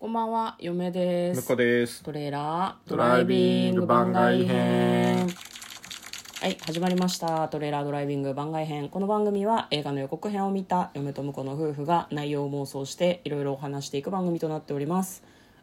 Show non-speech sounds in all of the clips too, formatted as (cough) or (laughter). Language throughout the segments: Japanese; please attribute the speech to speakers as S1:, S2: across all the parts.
S1: こんばんは、嫁で
S2: 向
S1: す
S2: こ。です。
S1: トレーラード
S2: ド
S1: ラ
S2: ラ
S1: イ
S2: イ
S1: ビ
S2: ビ
S1: ン
S2: ン
S1: グ
S2: グ
S1: 番
S2: 番
S1: 外
S2: 外
S1: 編
S2: 編。
S1: はい、始まりました。トレーラードライビング番外編。この番組は映画の予告編を見た嫁と婿の夫婦が内容を妄想していろいろお話していく番組となっております。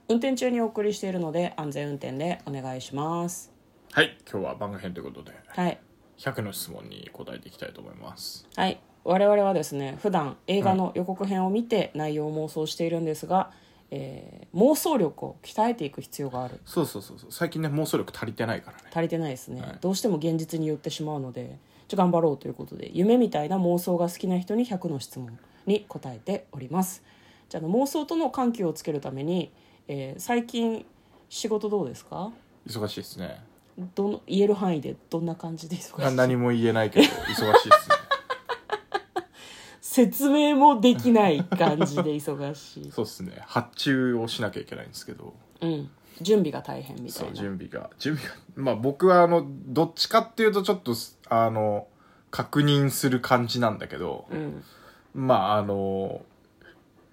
S1: 運転中にお送りしているので安全運転でお願いします。
S2: はい、今日は番外編ということで、
S1: はい。
S2: 100の質問に答えていきたいと思います。
S1: はい我々はですね普段映画の予告編を見て内容を妄想しているんですが、えー妄想力を鍛えていく必要がある
S2: そうそうそうそう、最近ね、妄想力足りてないからね。
S1: 足りてないですね、
S2: はい
S1: どうしても現実に寄ってしまうのでちょ頑張ろうということで夢みたいな妄想が好きな人に100の質問に答えておりますじゃああの妄想との緩急をつけるために、えー最近仕事どうですか
S2: 忙しいですね。
S1: どの言える範囲でどんな感じで忙しい
S2: 何も言えないけど、忙しいですね。 (laughs)
S1: 説明もできない感じで忙しい
S2: (laughs) そうですね、発注をしなきゃいけないんですけど、
S1: うん準備が大変みた
S2: そ、
S1: いうな
S2: 準備が、準備が、まあ僕はあの、どっちかっていうとちょっと、あの、確認する感じなんだけど、
S1: うん、
S2: まああの、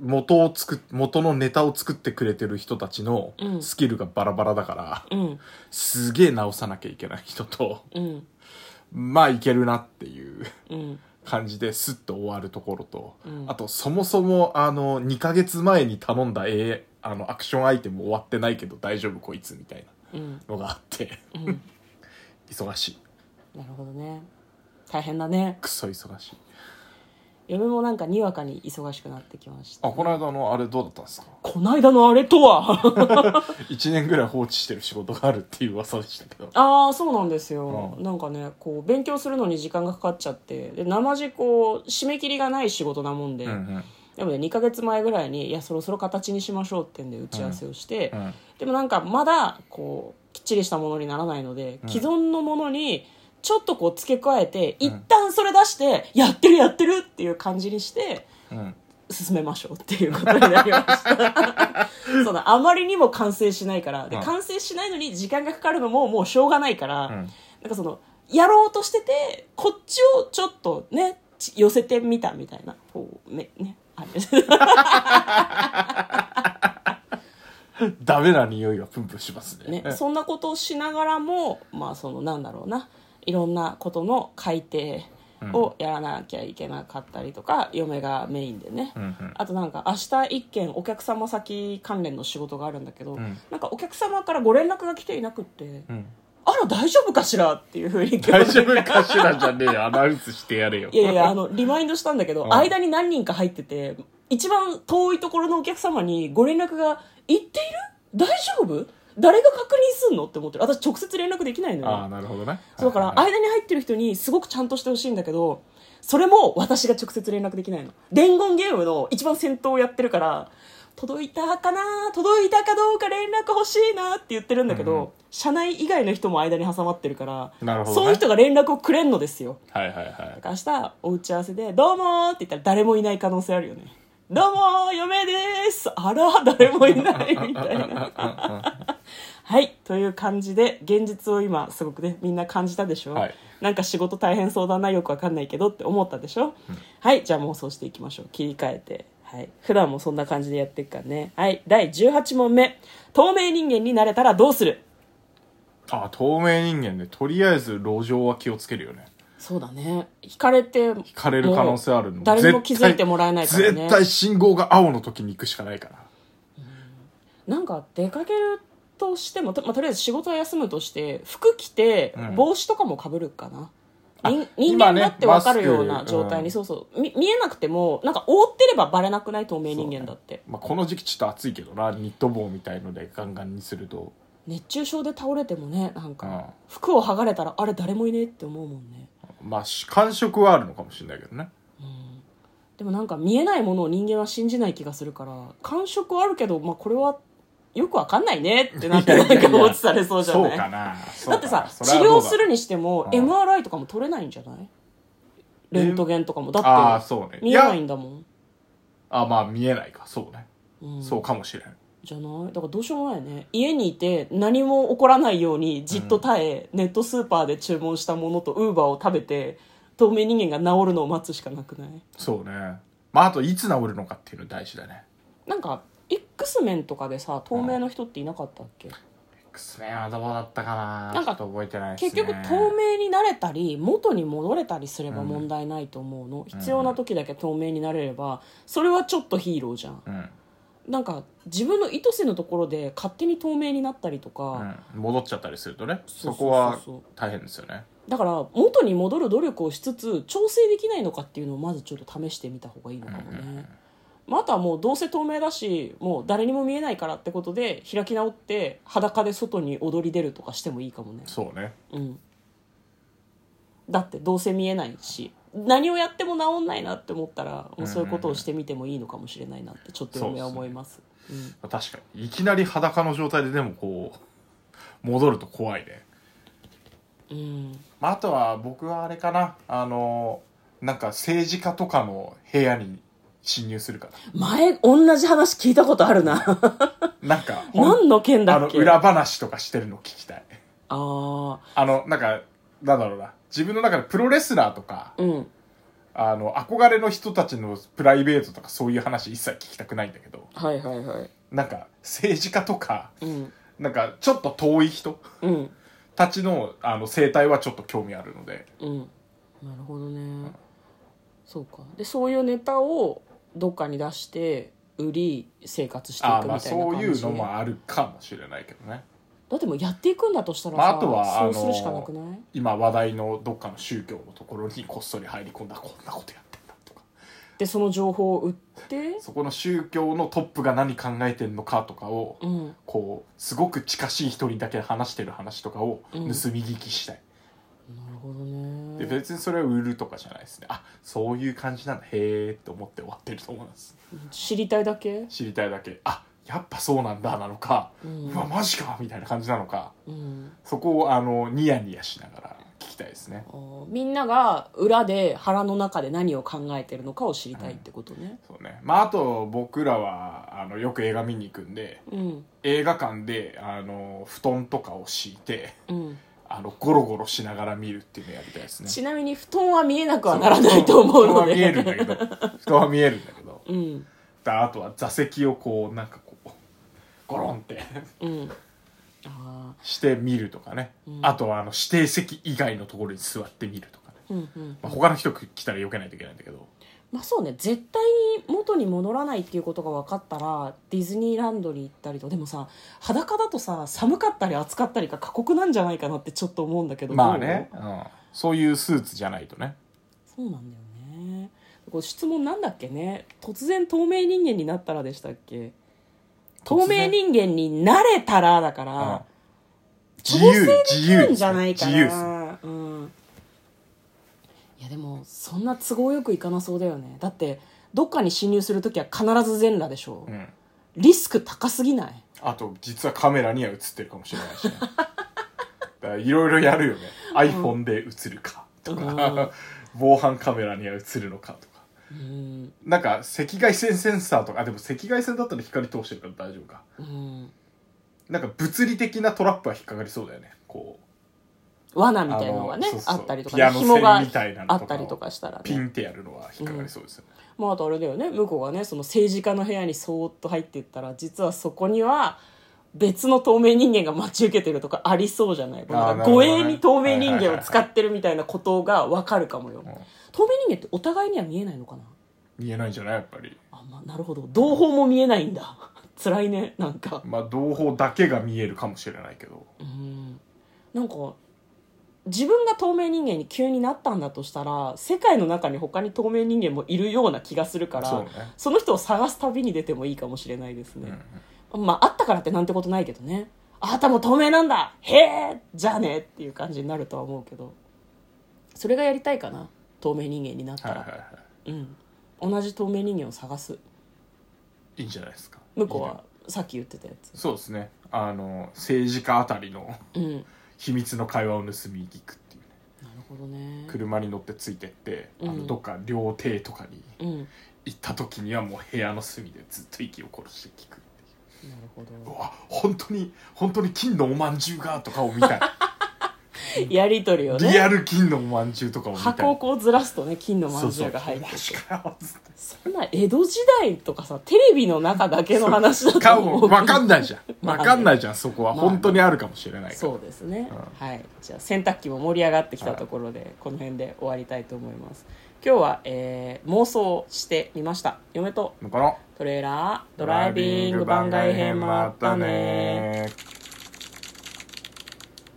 S2: 元を作っ、元のネタを作ってくれてる人たちの
S1: うん
S2: スキルがバラバラだから、
S1: うん、
S2: すげえ直さなきゃいけない人と、 (laughs)
S1: うん、
S2: まあいけるなっていう
S1: うん、
S2: 感じですっと終わるところと、
S1: うん
S2: あとそもそもあの2ヶ月前に頼んだ、えーあのアクションアイテム終わってないけど大丈夫こいつみたい
S1: うん、
S2: なのがあって、 (laughs)
S1: うん。なる
S2: 忙しい。
S1: ほどね。大変だね。
S2: くそ忙しい。
S1: 嫁もなんかにわかに忙しくなってきました。
S2: あ、この間のあれどうだったんですか
S1: こないだのあれとは
S2: ?1 年ぐらい放置してる仕事があるっていう噂でしたけど。
S1: (laughs) ああ、そうなんですよ。
S2: うん
S1: なんかね、こう、勉強するのに時間がかかっちゃって、で、なまじこう、締め切りがない仕事なもんで、
S2: うんうん。
S1: でもね、2ヶ月前ぐらいに、いや、そろそろ形にしましょうってんで打ち合わせをして、
S2: うん。
S1: でもなんかまだこうきっちりしたものにならないので、既存のものにちょっとこう付け加えて、一旦それ出してやってるやってるっていう感じにして
S2: うん。
S1: 進めましょうっていうことになりました
S2: (laughs)
S1: そのあまりにも完成しないからで
S2: うん
S1: 完成しないのに時間がかかるのももうしょうがないから、
S2: うん。
S1: なんかそのやろうとしててこっちをちょっとねち寄せてみたみたいなこうねねあれ
S2: ダメな匂いがプンプンしますね。
S1: ね、そんなことをしながらも、まあ、そのなんだろうないろんなことの改定をやらなきゃいけなかったりとか、嫁がメインでね、
S2: うんうん。
S1: あとなんか明日一件お客様先関連の仕事があるんだけど、
S2: ん
S1: なんかお客様からご連絡が来ていなくって、
S2: うん。
S1: あら大丈夫かしらっていうふうに
S2: 大丈夫かしらじゃねえよ。アナウンスしてやれよ。
S1: いやいやいやあのリマインドしたんだけど、
S2: うん
S1: 間に何人か入ってて一番遠いところのお客様にご連絡が「行っている大丈夫誰が確認すんの?」って思ってる私直接連絡できないの
S2: ああ、
S1: よ
S2: なるほどね。
S1: そうだから
S2: はいはい
S1: 間に入ってる人にすごくちゃんとしてほしいんだけどそれも私が直接連絡できないの伝言ゲームの一番先頭をやってるから届いたかな届いたかどうか連絡欲しいなって言ってるんだけど、
S2: うん
S1: 社内以外の人も間に挟まってるから
S2: なるほどね
S1: そういう人が連絡をくれんのですよ
S2: はいはいはい。
S1: 明日お打ち合わせで「どうも」って言ったら誰もいない可能性あるよね「どうも嫁ですあら誰もいない」みたいなはいという感じで現実を今すごくねみんな感じたでしょ、
S2: はい
S1: なんか仕事大変そうだなよくわかんないけどって思ったでしょ、はいじゃあ妄想していきましょう切り替えてはい普段もそんな感じでやっていくからねはい第18問目透明人間になれたらどうする
S2: ああ、透明人間ね。とりあえず路上は気をつけるよね。
S1: そうだね引かれて
S2: 引かれる可能性あるの。
S1: 誰にも気づいてもらえないからね
S2: 絶対信号が青の時に行くしかないから。
S1: なんか出かけるとしてもと,、まあ、とりあえず仕事は休むとして服着て
S2: うん
S1: 帽子とかもかぶるかな、
S2: あ
S1: 人人間
S2: 今ね
S1: だって分かるよう
S2: マ
S1: な
S2: スク
S1: 状態に、
S2: うん
S1: そうそうみ見えなくてもなんか覆ってればバレなくない透明人間だって、
S2: まあこの時期ちょっと暑いけどな、ニット帽みたいのでガンガンにすると。
S1: 熱中症で倒れてもねなん
S2: うん
S1: か服を剥がれたらあれ誰もいねえって思うもんね
S2: まあし感触はあるのかもしれないけどね。
S1: でもなんか見えないものを人間は信じない気がするから感触はあるけど、まあ、これはよく分かんないねってなって
S2: い
S1: な
S2: や
S1: ん
S2: いやいや
S1: か放置されそうじゃない
S2: そうかな。そ
S1: だ
S2: う
S1: っ
S2: か
S1: て
S2: な
S1: さ
S2: それ
S1: 治
S2: はどうだ
S1: 療するにしても
S2: うん
S1: MRI とかも取れないんじゃないレントゲンとかも
S2: あ
S1: だ
S2: あ、
S1: って
S2: そうね。
S1: 見えないんだもん、
S2: あ、まあ見えないか、そうね。
S1: うん、
S2: そうかもしれん。
S1: じゃないだからどうしようもないよね家にいて何も起こらないようにじっと耐え、ネットスーパーで注文したものとウーバーを食べて透明人間が治るのを待つしかなくない
S2: そうね。まああといつ治るのかっていうの大事だね。
S1: なんか X スメンとかでさ透明の人っていなかったっけ
S2: X メンはどうだったかな
S1: なんか
S2: ちょっと覚えてないですね
S1: 結局透明になれたり元に戻れたりすれば問題ないと思うの、必要な時だけ透明になれればそれはちょっとヒーローじゃん
S2: うん、
S1: なんか自分の意図せぬところで勝手に透明になったりとか、
S2: うん、戻っちゃったりするとね
S1: そうそうそうそう
S2: そこは大変ですよね
S1: だから元に戻る努力をしつつ調整できないのかっていうのをまずちょっと試してみた方がいいのかもね、まあ、あとはもうどうせ透明だしもう誰にも見えないからってことで開き直って裸で外に踊り出るとかしてもいいかもね
S2: そうね
S1: うんだってどうせ見えないし何をやっても治んないなって思ったらもうそういうことをしてみてもいいのかもしれないなってちょっと嫁は思いますうん
S2: 確かにいきなり裸の状態ででもこう戻ると怖いね、
S1: うん
S2: まあ、あとは僕はあれかなあのなんか政治家とかの部屋に侵入するか
S1: 前同じ話聞いたことあるな
S2: らなんか (laughs) ほん
S1: (laughs) 何の件
S2: あ
S1: だ
S2: の
S1: っけ
S2: 裏話とかしてるの聞きたい
S1: あ
S2: あのなんかなんだろうな自分の中でプロレスラーとか
S1: ーうん
S2: あの憧れの人たちのプライベートとかそういう話一切聞きたくないんだけど
S1: はいはいはい
S2: なんか政治家とか
S1: うん
S2: なんかちょっと遠い人
S1: うん
S2: たちのあの生態はちょっと興味あるので
S1: うんなるほどねそうかでそういうネタをどっかに出して売り生活していく
S2: あ
S1: みたいな
S2: ま
S1: 感
S2: あ
S1: じ
S2: そういうのもあるかもしれないけどね
S1: だってもうやっていくんだとしたらさ、
S2: まああとはあの
S1: そうするしかなくない
S2: 今話題のどっかの宗教のところにこっそり入り込んだこんなことやってんだとか
S1: でその情報を売って
S2: そこの宗教のトップが何考えてんのかとかを、
S1: うん
S2: こうすごく近しい人にだけ話してる話とかを盗み聞きしたい、
S1: なるほど
S2: で
S1: ね
S2: 別にそれは売るとかじゃないですねあそういう感じなんだへえって思って終わってると思います
S1: 知りたいだけ
S2: 知りたいだけあやっぱそうなんだなのか、
S1: う
S2: うんわマジかみたいな感じなのか
S1: うん
S2: そこをあのニヤニヤしながら聞きたいですね
S1: あーみんなが裏で腹の中で何を考えてるのかを知りたいってことね
S2: そうねまああと僕らはあのよく映画見に行くんで
S1: うん
S2: 映画館であの布団とかを敷いて
S1: うん
S2: あのゴロゴロしながら見るっていうのやりたいですね
S1: ちなみに布団は見えなくはならないと思うの
S2: 布団は見えるんだ
S1: で
S2: けど布団は見えるんだけど
S1: うん
S2: だあとは座席をこうなんかこうゴロンって
S1: うんあ
S2: して見るとかね、あとはあの指定席以外のところに座って見るとかね、
S1: ーうんうん
S2: まあ、他の人来たら避けないといけないんだけど
S1: まあそうね絶対に元に戻らないっていうことが分かったらディズニーランドに行ったりとでもさ裸だとさ寒かったり暑かったりが過酷なんじゃないかなってちょっと思うんだけど
S2: まあ
S1: どう
S2: ね、うん、そういうスーツじゃないとね
S1: そうなんだよねこれ質問なんだっけね突然透明人間になったらでしたっけ透
S2: 突然
S1: 明人間になれたらだから、
S2: 自由自由
S1: なんじゃないかな
S2: 自由です
S1: うんいやでもそんな都合よくいかなそうだよねだってどっかに侵入する時は必ず全裸でしょ、
S2: うん
S1: リスク高すぎない
S2: あと実はカメラには映ってるかもしれないし (laughs) ねだからいろいろやるよね iPhone で映るかとか、防犯カメラには映るのかとか
S1: うん
S2: なんか赤外線センサーとかあでも赤外線だったら光通してるから大丈夫か
S1: うん
S2: なんか物理的なトラップは引っかかりそうだよねこ
S1: 罠
S2: う
S1: みたいなのがね
S2: あ
S1: あ
S2: のそうそう
S1: ったりとか、
S2: ピ
S1: ね、
S2: アノ
S1: 紐が
S2: 線みたいな
S1: あ
S2: のと
S1: った
S2: か
S1: りと
S2: を
S1: かしたら
S2: ピ
S1: ね
S2: ンってやるのは引っかかりそうですよね、
S1: まああとあれだよね向こうがねその政治家の部屋にそーっと入っていったら実はそこには別の透明人間が待ち受けてるとかありそうじゃない
S2: あ
S1: な
S2: ー
S1: んか
S2: なるほど
S1: 護
S2: ね
S1: 衛に透明人間を使ってるみたいなことがわかるかもよ、
S2: ん
S1: 透明人間ってお互いには見えないのかな
S2: 見えないんじゃないやっぱり
S1: あ、まあ、なるほど同胞も見えないんだ (laughs) 辛いねなんか
S2: まあ同胞だけが見えるかもしれないけど
S1: うんなんか自分が透明人間に急になったんだとしたら世界の中に他に透明人間もいるような気がするから
S2: そうね
S1: その人を探す旅に出てもいいかもしれないですね、まああったからってなんてことないけどねあなたも透明なんだへえじゃあねっていう感じになるとは思うけどそれがやりたいかな透明人間になった
S2: はい
S1: ら、
S2: はいは
S1: うん、同じ透明人間を探す
S2: いいいんじゃないですか
S1: 向こう
S2: いいね
S1: はさっき言ってたやつ
S2: そうですねあの政治家あたりの (laughs)
S1: うんなる
S2: 秘密の会話を盗み聞くっていうね
S1: ほどね
S2: 車に乗ってついてってあ
S1: うん
S2: のどっか料亭とかに
S1: うんなる
S2: 行った時にはもう部屋の隅でずっと息を殺して聞くっていう
S1: ほど (laughs)
S2: うわ本当に本当に金のおまんじゅうがとかを見たい
S1: やり取りを
S2: リ
S1: ね
S2: アル金のまんじゅうとかを見たり
S1: 箱をこうずらすとね金のま
S2: そ
S1: ん
S2: う
S1: じ
S2: そ
S1: ゅう
S2: う
S1: が入ってて
S2: 確かにつって
S1: そんな江戸時代とかさテレビの中だけの話だ
S2: か
S1: と思
S2: も
S1: うけど
S2: 分かんないじゃん
S1: (laughs) まあね
S2: 分かんないじゃんそこは
S1: まあね
S2: 本当にあるかもしれないから
S1: そうですね、はいじゃあ洗濯機も盛り上がってきたところで、この辺で終わりたいと思います今日は、えー妄想してみました嫁と
S2: この
S1: トレーラードライビング番外編もあったね
S2: またね